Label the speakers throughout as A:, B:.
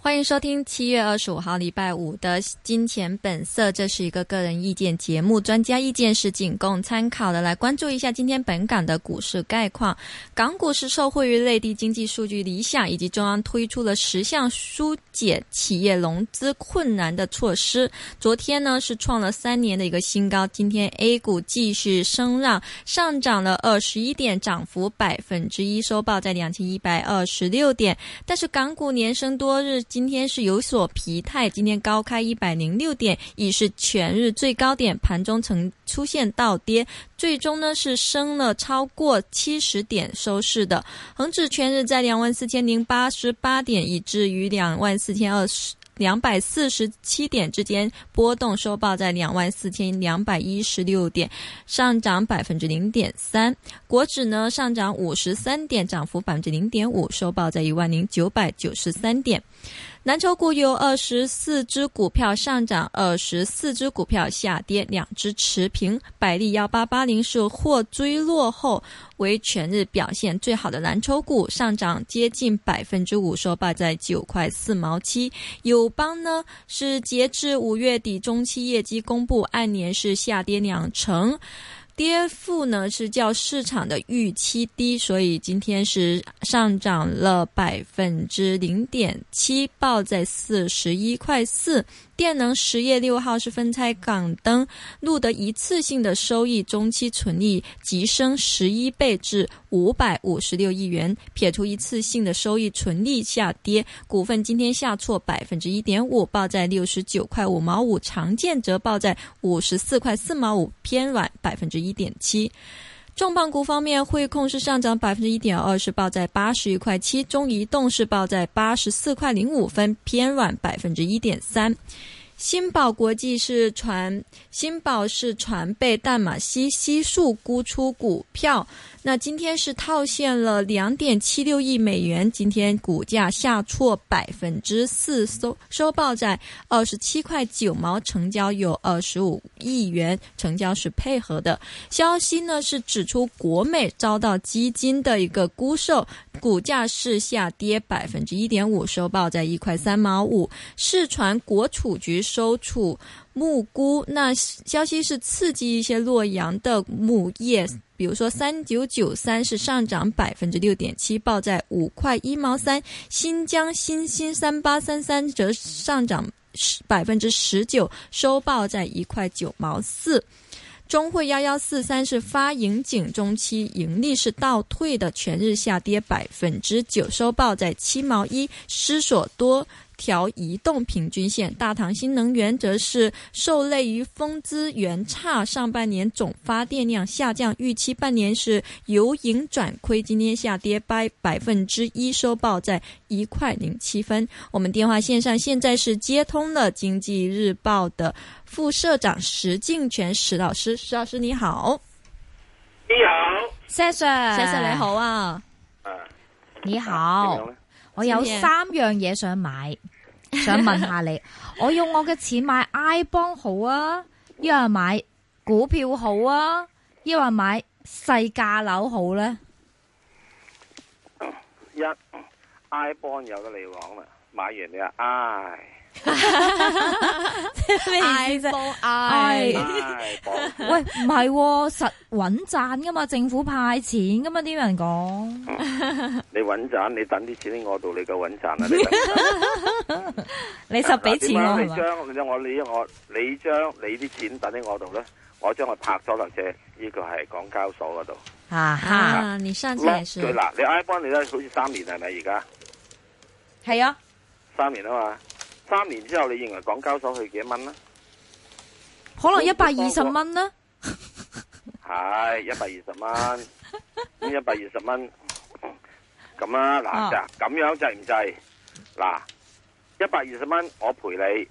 A: 欢迎收听七月二十五号礼拜五的《金钱本色》，这是一个个人意见节目，专家意见是仅供参考的。来关注一下今天本港的股市概况。港股是受惠于内地经济数据理想，以及中央推出了十项疏解企业融资困难的措施。昨天呢是创了三年的一个新高，今天 A 股继续升浪，上涨了二十一点，涨幅百分之一，收报在两千一百二十六点。但是港股连升多日，今天是有所疲态，今天高开一百零六点，已是全日最高点，盘中曾出现倒跌，最终呢是升了超过七十点收市的。恒指全日在两万四千零八十八点，以至于两万四千二十。两百四十七点之间波动，收报在两万四千两百一十六点，上涨百分之零点三。国指呢上涨五十三点，涨幅百分之零点五，收报在一万零九百九十三点。蓝筹股有二十四只股票上涨，二十四只股票下跌，两只持平。百利幺八八零是或追落后，为全日表现最好的蓝筹股，上涨接近百分之五，收报在九块四毛七。友邦呢是截至五月底中期业绩公布，按年是下跌两成。跌幅呢是较市场的预期低，所以今天是上涨了百分之零点七，报在四十一块四。电能实业六号是分拆港灯，录得一次性的收益，中期纯益急升十一倍至五百五十六亿元。撇除一次性的收益，纯利下跌，股份今天下挫百分之一点五，报在六十九块五毛五，常见则报在五十四块四毛五，偏软百分之一点七。重磅股方面，汇控是上涨百分之一点二，是报在八十一块七；中移动是报在八十四块零五分，偏软百分之一点三。新宝国际是传新宝是传被淡马锡悉数沽出股票，那今天是套现了两点七六亿美元，今天股价下挫百分之四，收收报在二十七块九毛，成交有二十五亿元，成交是配合的。消息呢是指出国美遭到基金的一个沽售，股价是下跌百分之一点五，收报在一块三毛五。市传国储局收储木菇，那消息是刺激一些洛阳的木业，比如说三九九三是上涨百分之六点七，报在五块一毛三；新疆新兴三八三三则上涨百分之十九，收报在一块九毛四。中汇幺幺四三是发盈警，中期盈利是倒退的，全日下跌百分之九，收报在七毛一，失所多条移动平均线。大唐新能源则是受累于风资源差，上半年总发电量下降，预期半年是由盈转亏，今天下跌百百分之一，收报在一块零七分。我们电话线上现在是接通了《经济日报》的副社长石敬全石老师，石老师你好，
B: 你好，
C: Sir Sir，
A: 先生你，好啊，
B: 啊，
C: 你
B: 點樣
C: 好
B: 咧，
C: 我有
A: 點樣
C: 三樣嘢想 買，想問下你，我用我嘅錢買 I 邦好啊，抑或買股票好啊，抑或買細價樓好咧？
B: 一 I bond 有得你講啦，買完你話唉
A: 哎
C: 咩意思啫
A: iPhone
C: 哎
A: i
B: 唉，磅
C: 喂，唔係喎，實穩賺噶嘛，政府派錢噶嘛，啲人講，
B: 你穩賺，你等啲錢喺我度，你夠穩賺啦，你等陣
C: 你實俾錢我
B: 嗱
C: 係
B: 點
C: 嘛
B: 解？你將我你我你將你啲錢等喺我度咧，我將佢拍咗落隻呢個係港交所嗰度
C: 啊哈，
A: 啊，你上次也
B: lock
A: 是
B: 佢嗱，你 I bond 你咧好似三年係咪而家
C: 係啊，
B: 三年啊嘛，三年之後你認為港交所去幾多蚊啦？
C: 可能一百二十蚊啦，
B: 系一百二十蚊， 咁一百二十蚊，咁啦，嗱
C: 啊
B: 就咁样制唔制？嗱，一百二十蚊我赔你，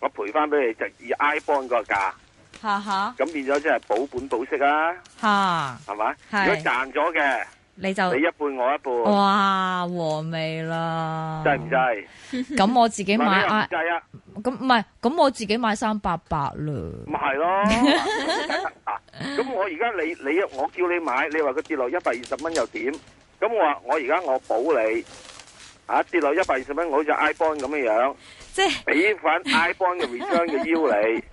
B: 我赔翻俾你就以 I bond 個價，
C: 哈哈
B: 咁變咗即係保本保息啊，
C: 哈，
B: 係咪？
C: 係
B: 如果賺咗嘅，
C: 你就
B: 你一半我一半，
C: 哇和味啦。
B: 制唔制？
C: 咁我自己買
B: 嗱你又唔
C: I，
B: 制啊？
C: 咁唔係咁我自己買三八八啦。
B: 咪係 咯，嗱咁我而家你你我叫你買，你話佢跌落一百二十蚊又點？咁我話我而家我保你，啊跌落一百二十蚊，我好似 I bond 咁樣樣，
A: 即係
B: 俾 翻 I bond 嘅 return 嘅腰你，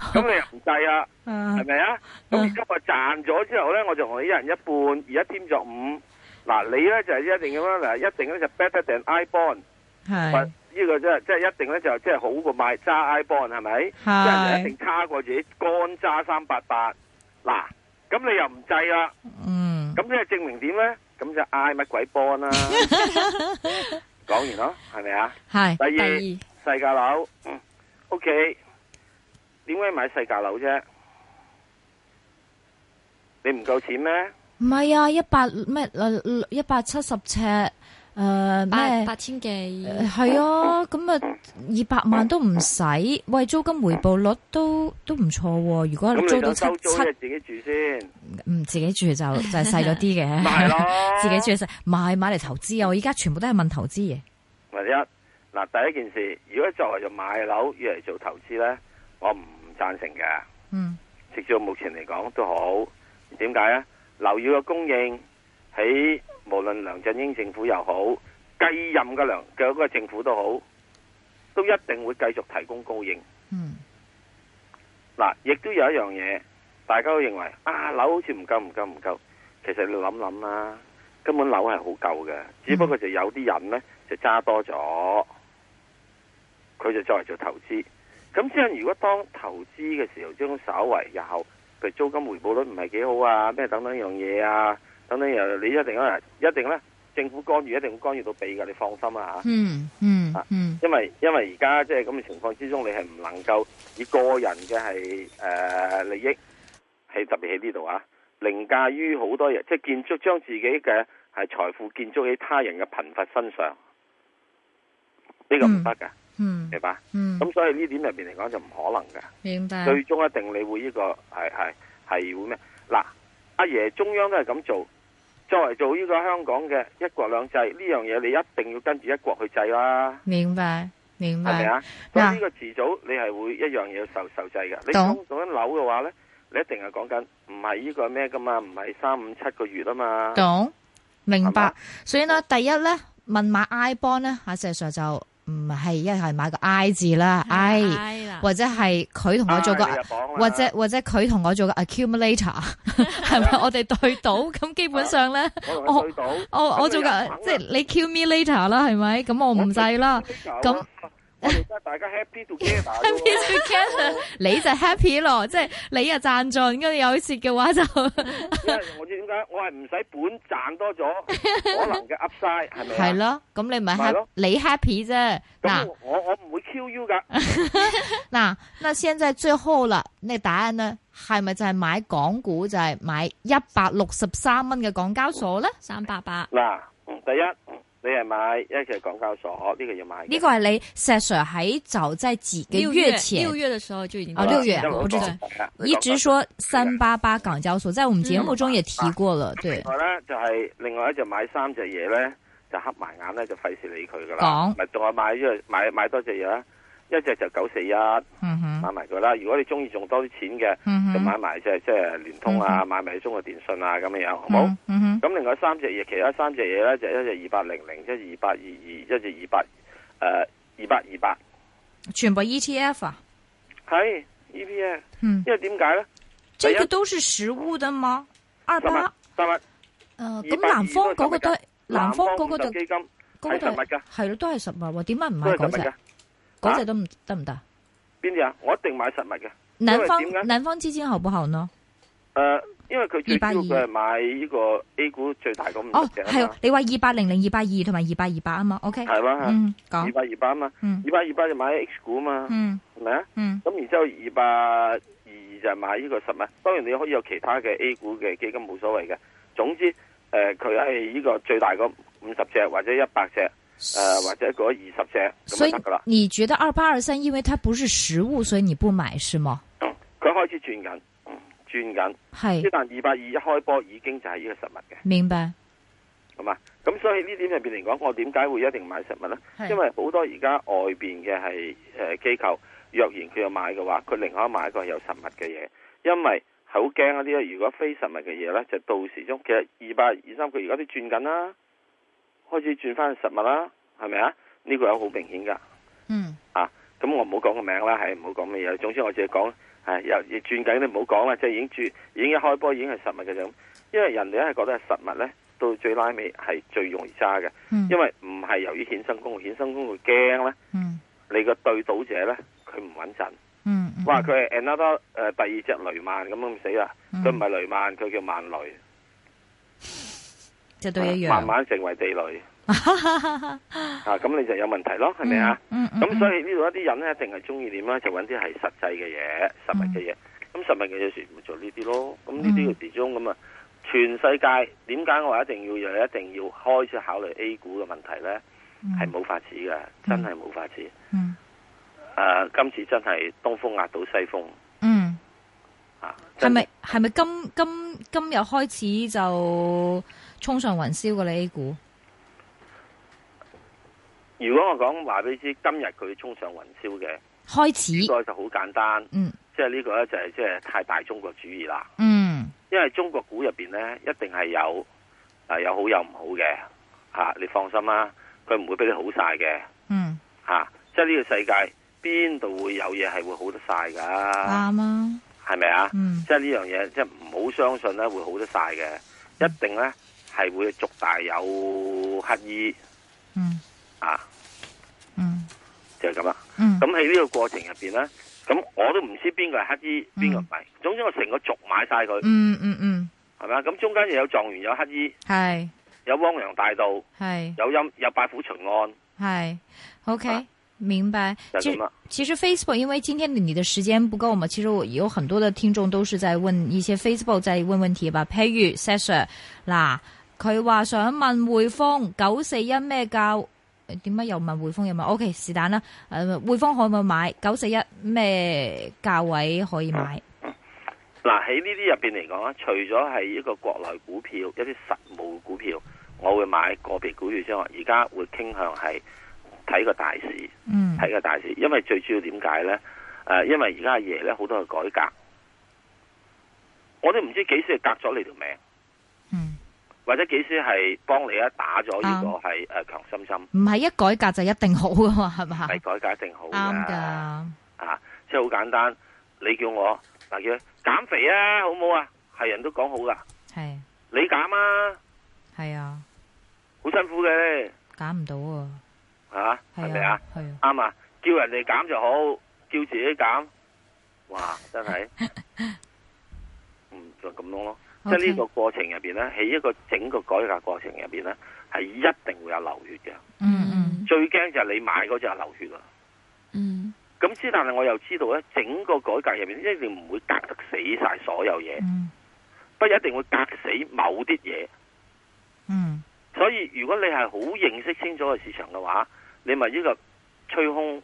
B: 咁你又唔制啊？
C: 啊
A: 嗯
B: 係咪啊？咁而家我賺咗之後咧，我就同你一人一半，而家添咗五。嗱，你咧就係一定咁樣，嗱，一定咧就 better than I bond，或
C: 係
B: 呢個即係即係一定咧就即係好過買揸 I bond 係咪？即係一
C: 係
B: 定差過自己乾揸三八八。嗱，咁你又唔制啦，
C: 嗯
B: 咁即係證明點咧？咁就嗌乜鬼 bond 啦。講完咯，係咪啊？
C: 係
B: 第
A: 第
B: 二，
A: 二
B: 世界樓、嗯、，OK，點解買世界樓啫？你唔夠錢咩？
C: 唔係啊？一百咩誒一百七十尺誒
A: 八
C: 咩？
A: 八千幾，
C: 係啊，咁啊二百萬都唔使，喂租金回報率都都唔錯喎。如果
B: 咁
C: 租
B: 你
C: 到
B: 就
C: 七
B: 收租
C: 七
B: 你自己 住先，
C: 唔自己住就就係細咗 啲嘅，
B: 咪係咯，
C: 自己住就細，買買嚟投資啊！我依家全部都係問投資嘢，
B: 或者一嗱，第一件事，如果作為就買樓要嚟做投資呢，我唔贊成嘅。
C: 嗯
B: 直至到目前嚟講都好，點解啊？樓宇嘅供應喺無論梁振英政府又好，繼任嘅梁嘅嗰個政府都好，都一定會繼續提供供應。
C: 嗯
B: 嗱，亦都有一樣嘢，大家都認為啊樓好似唔夠唔夠唔夠，其實你諗諗啦，根本樓係好夠嘅，只不過就有啲人呢就揸多咗，佢就作為做投資。咁即係如果當投資嘅時候，將稍為日後譬如租金回報率唔係幾好啊，咩等等樣嘢啊，等等樣你一定咧，一定呢，政府干預一定會干預到俾㗎，你放心啊嚇。
C: 嗯嗯嗯
B: 因為因為而家即係咁嘅情況之中，你係唔能夠以個人嘅係誒利益係特別喺呢度啊，凌駕於好多人，即係建築將自己嘅係財富建築喺他人嘅貧乏身上，呢、個唔得㗎，
C: 嗯
B: 明白？
C: 嗯，
B: 咁所以呢點入邊嚟講就唔可能㗎。
C: 明白
B: 最終一定你會呢、個係係係會咩？嗱，阿爺中央都係咁做，作為做呢個香港嘅一國兩制呢樣嘢，你一定要跟住一國去制啦。
C: 明白明
B: 係咪
C: 白，
B: 啊？所以
C: 嗱
B: 呢個遲早你係會一樣嘢受受制嘅。你
C: 懂
B: 講講緊樓嘅話咧，你一定係講緊唔係呢個咩噶嘛，唔係三五七個月啊嘛。
C: 懂明
B: 係
C: 白
B: 嘛。
C: 所以呢，第一咧問買 I bond 咧，阿石 Sir 就唔係一係買個 I 字啦，I
A: 哎啦，
C: 或者係佢同我做個
B: 啊你又講啦
C: 或者或者佢同我做個 accumulator，係咪？我哋對到咁基本 上咧。
B: 我同佢對到，
C: 我我
B: 咁
C: 做
B: 你又講啦
C: 噶，即係你 Q me later 啦，係咪？咁我唔制啦，咁
B: 我哋真係大家 happy together 啫喎。
C: happy together，你 就 happy 咯，即係你啊賺盡，跟住有蝕嘅話就
B: 因為我知點解，我係唔使本賺多 咗可能嘅 upside 係咪啊
C: 係。咯，咁你咪
B: 咪
C: happy，
B: 咯
C: 你 happy 啫。嗱
B: 咁我我唔會 Q U 噶，
C: 嗱，那現在最後啦，你答案呢係咪就係買港股就係買一百六十三蚊嘅港交所咧？
A: 三百八，
B: 嗱，第一你係買一隻港交所，呢個要買嘅。
C: 呢個係你石 Sir 喺就即係自己
A: 六
C: 月
A: 月
C: 前
A: 六月的時候就已經
C: 啊
A: 到
C: 六月
A: 了
C: 我知道
A: 對
C: 一直說三
B: 百。
C: 八八港交所，在我們節目中也提過了，對
B: 另，外咧就係、另外一隻買三隻嘢咧，就黑埋眼咧就費事理佢噶啦
C: 講。
B: 咪仲有買一隻買買多隻嘢啦，一隻就九四一買
C: 嗯哼，
B: 埋佢啦。如果你中意仲多啲錢嘅，
C: 嗯
B: 就
C: 哼，
B: 買埋即係即係聯通啊，買埋中國電信啊咁樣樣，好冇？
C: 嗯嗯哼，
B: 咁另外三隻嘢，其他三隻嘢咧就一隻二八零零，一隻二八二二，一隻二八誒二八二八，
C: 全部 ETF 啊。
B: 係 E P F。
C: 嗯
B: 因為點解咧？
C: 这
B: 第
C: 个
B: 一
C: 都是實物的嗎？二
B: 三日
C: 八，
B: 三日
C: 誒
B: 二
C: 呃咁
B: 百
C: 南方嗰個都係南方嗰
B: 嗰
C: 個
B: 個
C: 就
B: 基金
C: 嗰個
B: 係
C: 都
B: 實物㗎
C: 係啊係咯，都係實物喎。點解唔買
B: 都係實
C: 嗰
B: 物㗎
C: 隻？。嗰
B: 啊
C: 隻都唔得唔得？
B: 邊隻啊？我一定買實物嘅。
C: 南
B: 點解
C: 方南方基金好不好呢？
B: 诶、呃因為佢最主要佢
C: 220
B: 係買呢個 A 股最大嗰五
C: 哦
B: 十，隻
C: 係
B: 啊
C: 喎你話二八零零、二八二同埋二八二八啊嘛。OK，
B: 嘛，係嘛，
C: 嗯，
B: 二
C: 講，
B: 百二百啊嘛，
C: 嗯
B: 二百二百就買 H 股啊嘛，
C: 嗯
B: 係咪啊？
C: 嗯
B: 咁然之後二百二二就係買呢個實物，當然你可以有其他嘅 A 股嘅基金冇所謂嘅，總之诶佢係呢個最大嗰五十隻或者一百隻诶、呃或者嗰二十隻咁
C: 所以
B: 就得噶啦，
C: 你覺得二八二三，因為它不是實物，所以你不買是嗎？
B: 嗯佢、開始轉緊，嗯轉緊，
C: 係
B: 一，旦二百二一開波已經就係呢個實物嘅。
C: 明白。
B: 係嘛？咁所以呢點入邊嚟講，我點解會一定買實物呢？
C: 係
B: 因為好多而家外邊嘅係誒機構，若然佢要買嘅話，佢寧可買一個有實物嘅嘢，因為好驚嗰啲咧，如果非實物嘅嘢呢，就到時中其實二百二三佢而家都轉緊啦，開始轉翻去實物啦，係咪啊？呢、個有好明顯㗎。
C: 嗯，
B: 咁我唔好講個名啦，係唔好講咩嘢。總之我只係講，係又又轉緊，你唔好講啦，即係已經轉，已經一開波已經係實物嘅啫。因為人哋係覺得係實物咧，到最拉尾係最容易揸嘅，
C: 嗯，
B: 因為唔係由於衍生工具，衍生工具驚咧，
C: 嗯，
B: 你個對賭者咧佢唔穩陣。
C: 嗯，嗯
B: 哇！，佢係 another 誒、第二隻雷曼咁咁死啦，
C: 嗯
B: 佢唔係雷曼，佢叫萬雷，嗯
C: 就都一樣，
B: 慢慢成為地 雷啊！咁你就有問題咯，係咪啊？
C: 嗯？嗯，
B: 咁所以呢度一啲人咧，一定係中意點咧，就揾啲係實際嘅嘢、實物嘅嘢。
C: 嗯
B: 咁實物嘅嘢全部做呢啲咯。咁呢啲嘅時鐘咁啊，全世界點解我話一定要有，一定要開始考慮 A 股嘅問題咧？
C: 嗯
B: 係，冇法子嘅，真係冇法子。誒、
C: 嗯
B: 今次真係東風壓倒西風
C: 嗯。
B: 啊！
C: 系
B: 真
C: 咪系咪今今今日开始就冲上云霄噶啦 A 股？
B: 如果我講話俾你知，今日佢衝上雲霄嘅，呢
C: 开始，
B: 個就好簡單，
C: 嗯
B: 即係呢個咧就係即係太大中國主義啦。
C: 嗯
B: 因為中國股入邊咧，一定係有啊有好有唔好嘅嚇、啊你放心啦，佢唔會俾你好晒嘅
C: 嗯，
B: 嚇，即係呢個世界邊度會有嘢係會好得晒㗎？
C: 啱啊，
B: 係咪啊？
C: 嗯
B: 即係呢樣嘢，即係唔好相信咧會好得晒嘅，
C: 嗯
B: 一定咧係會逐大有乞衣
C: 嗯
B: 啊，
C: 嗯
B: 就係咁啦。
C: 嗯
B: 咁喺呢個過程入邊咧，咁我都唔知邊個係乞衣，邊個唔係。總之我成個族買晒佢，
C: 嗯嗯嗯，
B: 係咪啊？咁中間又有狀元，有乞衣，
C: 系
B: 有汪洋大盜。
C: 系
B: 有陰有拜虎巡案，
C: 系，OK
B: 啊。
C: 明白，
B: 就
C: 其
B: 係咁
C: 实
B: 啦
C: 其实 Facebook 因为今天你的时间不够嘛，其实我有很多的听众都是在问一些 Facebook 在问问题吧，譬如 s a s a 嗱，佢話想問匯豐九四一咩價？誒點解又問匯豐又問？O.K. 是但啦。誒、匯豐可唔可以買？九四一咩價位可以買？
B: 嗱喺呢啲入邊嚟講咧，除咗係一個國內股票、一啲實務股票，我會買個別股票之外，而家會傾向係睇個大市，
C: 嗯
B: 睇個大市，因為最主要點解呢？誒、因為而家阿爺呢好多嘅改革，我都唔知幾時係革咗你條命，
C: 嗯，
B: 或者幾時係幫你一打咗呢個係誒強心針，
C: 唔係一改革就一定好噶嘛，係嘛？
B: 係改革一定好
C: 啱
B: 啊㗎。
C: 㗎。
B: 啊，即係好簡單。你叫我嗱叫佢減肥啊，好唔好啊？係人都講好㗎。
C: 係
B: 你減啊，
C: 係啊，
B: 好辛苦嘅，
C: 揀唔到啊，
B: 吓係咪
C: 係
B: 啊
C: 啊？，係啊，
B: 啱啊，叫人哋減就好，叫自己減，哇，真係， 嗯，就咁樣咯。即
C: OK
B: 係呢個過程入边咧，喺一個整個改革過程入边咧，係一定會有流血嘅。
C: 嗯嗯
B: 最驚就係你買嗰只流血啊！
A: 嗯
B: 咁之但係我又知道咧，整個改革入边一定唔會隔得死晒所有嘢，
C: 嗯
B: 不過一定會隔死某啲嘢。
C: 嗯
B: 所以如果你係好認識清楚個市場嘅話，你咪呢個吹空，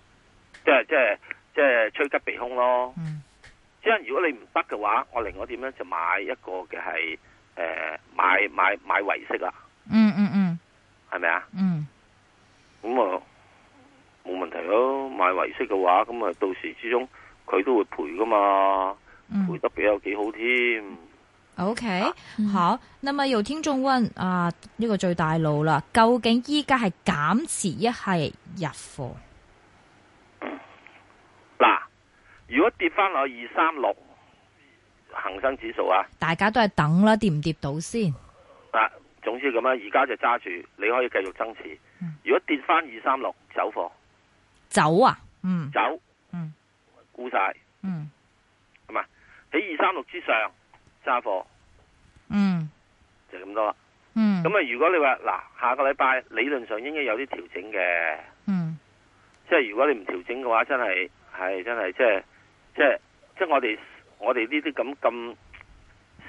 B: 即係即係即係吹吉避空咯。
C: 嗯
B: 即係如果你唔得嘅話，我另外點咧就買一個嘅係誒買買買維息啦，
C: 嗯嗯嗯
B: 係咪啊？
C: 嗯
B: 咁啊冇問題咯，買維息嘅話，咁啊到時之中佢都會賠噶嘛，
C: 嗯
B: 賠得比較幾好添。
C: OK，
A: 嗯
C: 好。那么有聽眾問啊，呢、個最大路啦，究竟依家係減持一係入貨？
B: 嗱，如果跌翻落去二三六恒生指數啊。
C: 大家都係等啦，跌唔跌到先？
B: 嗱，總之咁啦，而家就揸住，你可以繼續增持
C: 嗯。
B: 如果跌翻二三六，走貨
C: 走啊，嗯
B: 走，
C: 嗯
B: 沽晒
C: 嗯
B: 係嘛？喺二三六之上揸貨
C: 嗯
B: 就咁多啦。
C: 嗯，
B: 咁啊，如果你話嗱，下個禮拜理論上應該有啲調整嘅，
C: 嗯
B: 即係如果你唔調整嘅話，真係係真係即係即係即係我哋我哋呢啲咁咁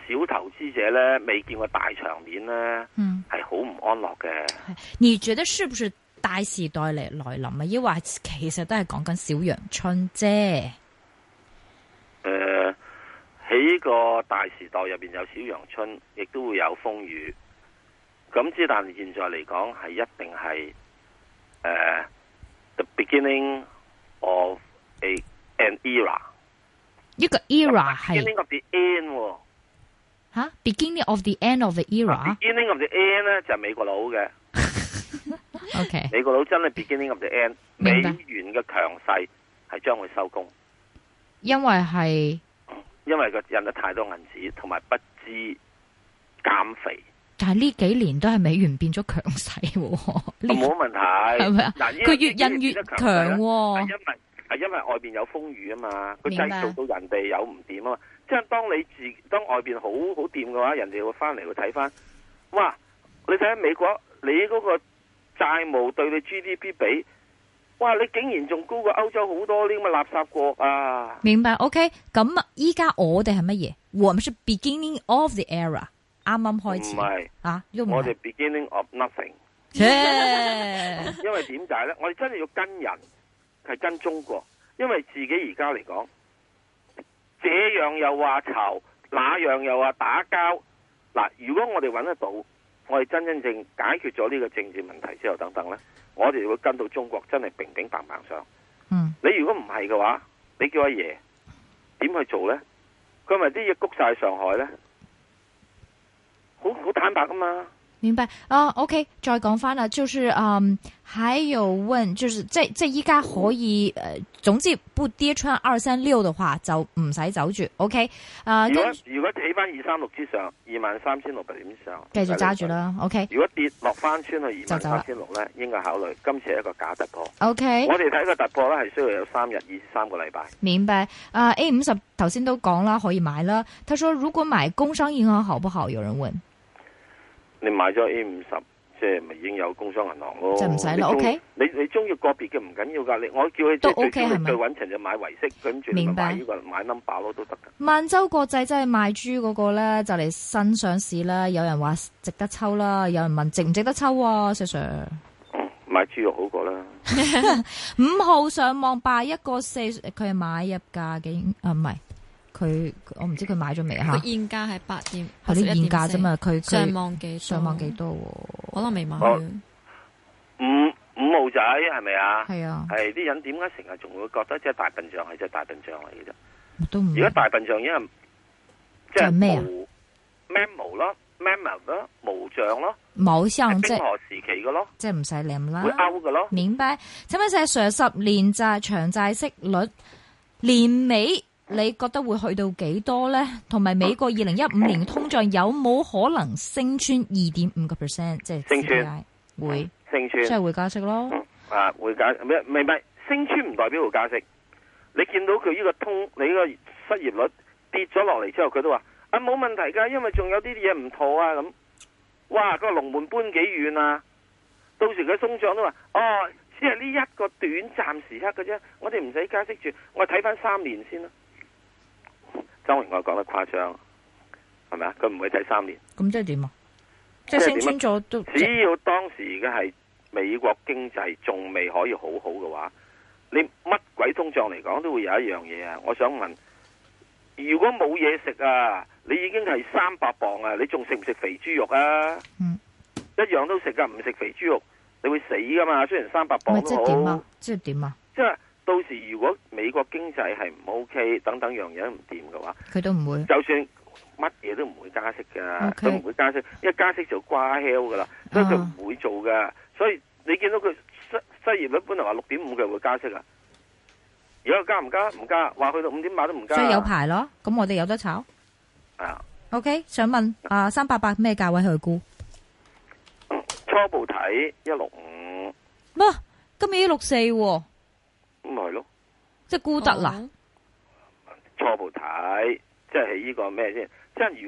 B: 小投資者咧，未見過大場面咧，
C: 嗯，
B: 係好唔安樂嘅。
C: 你覺得是不是大時代嚟來臨啊？抑或其實都係講緊小陽春啫？
B: 誒喺呢個大時代入邊有小陽春，亦都會有風雨。咁之但現在嚟講係一定係诶、呃 the beginning of a an era。
C: 一個 era 係
B: beginning of the end 喎、
C: 吓 beginning of the end of the era。
B: beginning of the end 咧就係美國佬嘅，
C: OK，
B: 美國佬真係 beginning of the end，美
C: 明白
B: 元嘅強勢係將會收工，
C: 因為係
B: 因為佢印得太多銀紙，同埋不知減肥，
C: 但係呢幾年都係美元變咗強勢喎，呢
B: 啊冇問題。
C: 係咪啊？
B: 嗱，呢個
C: 佢越印越強
B: 呢個
C: 喎
B: 係。因為係因為外邊有風雨啊嘛，佢
C: 明白
B: 製造到人哋有唔掂啊嘛。即係當你自己當外邊好好掂嘅話，人哋會翻嚟會睇翻。哇！你睇下美國，你嗰個債務對你 GDP 比，哇！你竟然仲高過歐洲好多呢啲咁嘅垃圾國啊！
C: 明白，OK。咁啊依家我哋係乜嘢？我們是 beginning of the era，啱啱
B: 唔
C: 開始
B: 係，
C: 啊，都唔
B: 我哋
C: 係。
B: beginning of nothing。
C: 切
B: 因為點解呢？我哋真係要跟人，係跟中國，因為自己而家嚟講，這樣又話嘈，那樣又話打交。嗱，如果我哋揾得到，我哋真真正解決咗呢個政治問題之後，等等呢，我哋會跟到中國真係平平淡淡上。
C: 嗯，
B: 你如果唔係嘅話，你叫阿爺點去做呢？佢咪啲嘢谷晒上海呢？好好坦白噶啊嘛。
C: 明白啊。OK，再講翻啦，就是嗯，还有問，就是即即依家可以誒、呃，總之不跌穿二三六嘅話，就唔使走住。OK，啊，
B: 如
C: 跟
B: 果如果起翻二三六之上，二萬三千六百點之上，
C: 繼續揸住。啦。OK，OK，、
B: 如果跌落翻穿去二
C: 就
B: 萬
C: 走啦
B: 三千六咧，應該考慮今次係一個假突破。
C: OK
B: 我哋睇個突破咧，係需要有三日以至三個禮拜。
C: 明白。啊，A 五十頭先都講啦，可以買啦。他說如果買工商銀行好不好？有人問。
B: 你買咗 A 五十，即係咪已經有工商銀行咯？
C: 就唔使啦
B: 你中
C: OK
B: 你你中意個別嘅唔緊要㗎，你我叫佢即
C: 都
B: 係
C: OK，
B: 最中
C: 係
B: 意
C: 咪
B: 最穩陣就買維息，跟住你咪
C: 明白
B: 買呢個買 number 咯都得㗎。
C: 萬洲國際真係賣豬嗰個咧，就嚟新上市啦。有人話值得抽啦，有人問值唔值得抽啊？Sir Sir，
B: 買豬肉好過啦。
C: 五號上網吧一個四，佢係買入價嘅，啊唔係佢，我唔知佢買咗未吓
A: 佢，現價係八點，
C: 係啲現價啫嘛。
A: 81.4，
C: 佢
A: 上
C: 佢
A: 網哦幾多
C: 上網幾，多
A: 可能未買
B: 哦
A: 完。
B: 五五號仔係咪啊
C: 喎？？係啊，
B: 係啲人點解成日仲會覺得即係大笨象係隻大笨象嚟嘅啫？
C: 我都唔
B: 而家大笨象因為即
C: 即係
B: 係
C: 咩啊
B: 無 mammal 咯，mammal 咯，毛象咯，
C: 冇相，
B: 係
C: 即啊
B: 冰河時期嘅咯，
C: 即係唔使諗啦
B: 會。勾嘅咯。
C: 明白。請問石 Sir 十年債長債息率年尾你覺得會去到幾多咧？同埋美國二零一五年嘅通脹有冇可能升穿二點五個 percent？即係
B: 升
C: CPI
B: 穿
C: 會，
B: 升
C: 即
B: 穿
C: 係會加息咯。
B: 啊，會加咩？唔係唔係，升穿唔代表會加息。你見到佢呢個通，你呢個失業率跌咗落嚟之後，佢都話啊冇問題㗎，因為仲有啲嘢唔妥啊咁。哇！個龍門搬幾遠啊？到時佢通脹都話哦，只係呢一個短暫時刻嘅啫，我哋唔使加息住，我睇翻三年先啦。周明我講得誇張，係咪啊？佢唔會睇三年。
C: 咁即係點啊？即係啊升穿咗都即
B: 只要當時嘅係美國經濟仲未可以好好嘅話，你乜鬼通脹嚟講都會有一樣嘢啊！我想問，如果冇嘢食啊，你已經係三百磅啊，你仲食唔食肥豬肉啊？
C: 嗯
B: 一樣都食噶，唔食肥豬肉你會死噶嘛？雖然三百
C: 咪
B: 磅
C: 即
B: 都
C: 係點啊
B: 好，？
C: 即係點啊？
B: 即係到時如果美國經濟係唔 OK，等等樣嘢都唔掂嘅話，
C: 佢都唔會。
B: 就算乜嘢都唔會加息噶，
C: OK 啊
B: 佢唔會加息，因為加息就瓜 hell 噶啦，所以佢唔會做噶。所以你見到佢失失業率本來話六點五佢會加息啊，而家加唔加？唔加，話去到五點八都唔加。
C: 所以有排咯。咁我哋有得炒。
B: 啊！
C: OK，想問啊三八八咩價位去估？
B: 初步睇一六五，
C: 哇，今日六四喎，
B: 咁咪係咯。
C: 即係估得啦。
A: 哦
B: 初步睇，即係呢個咩先？即係如果。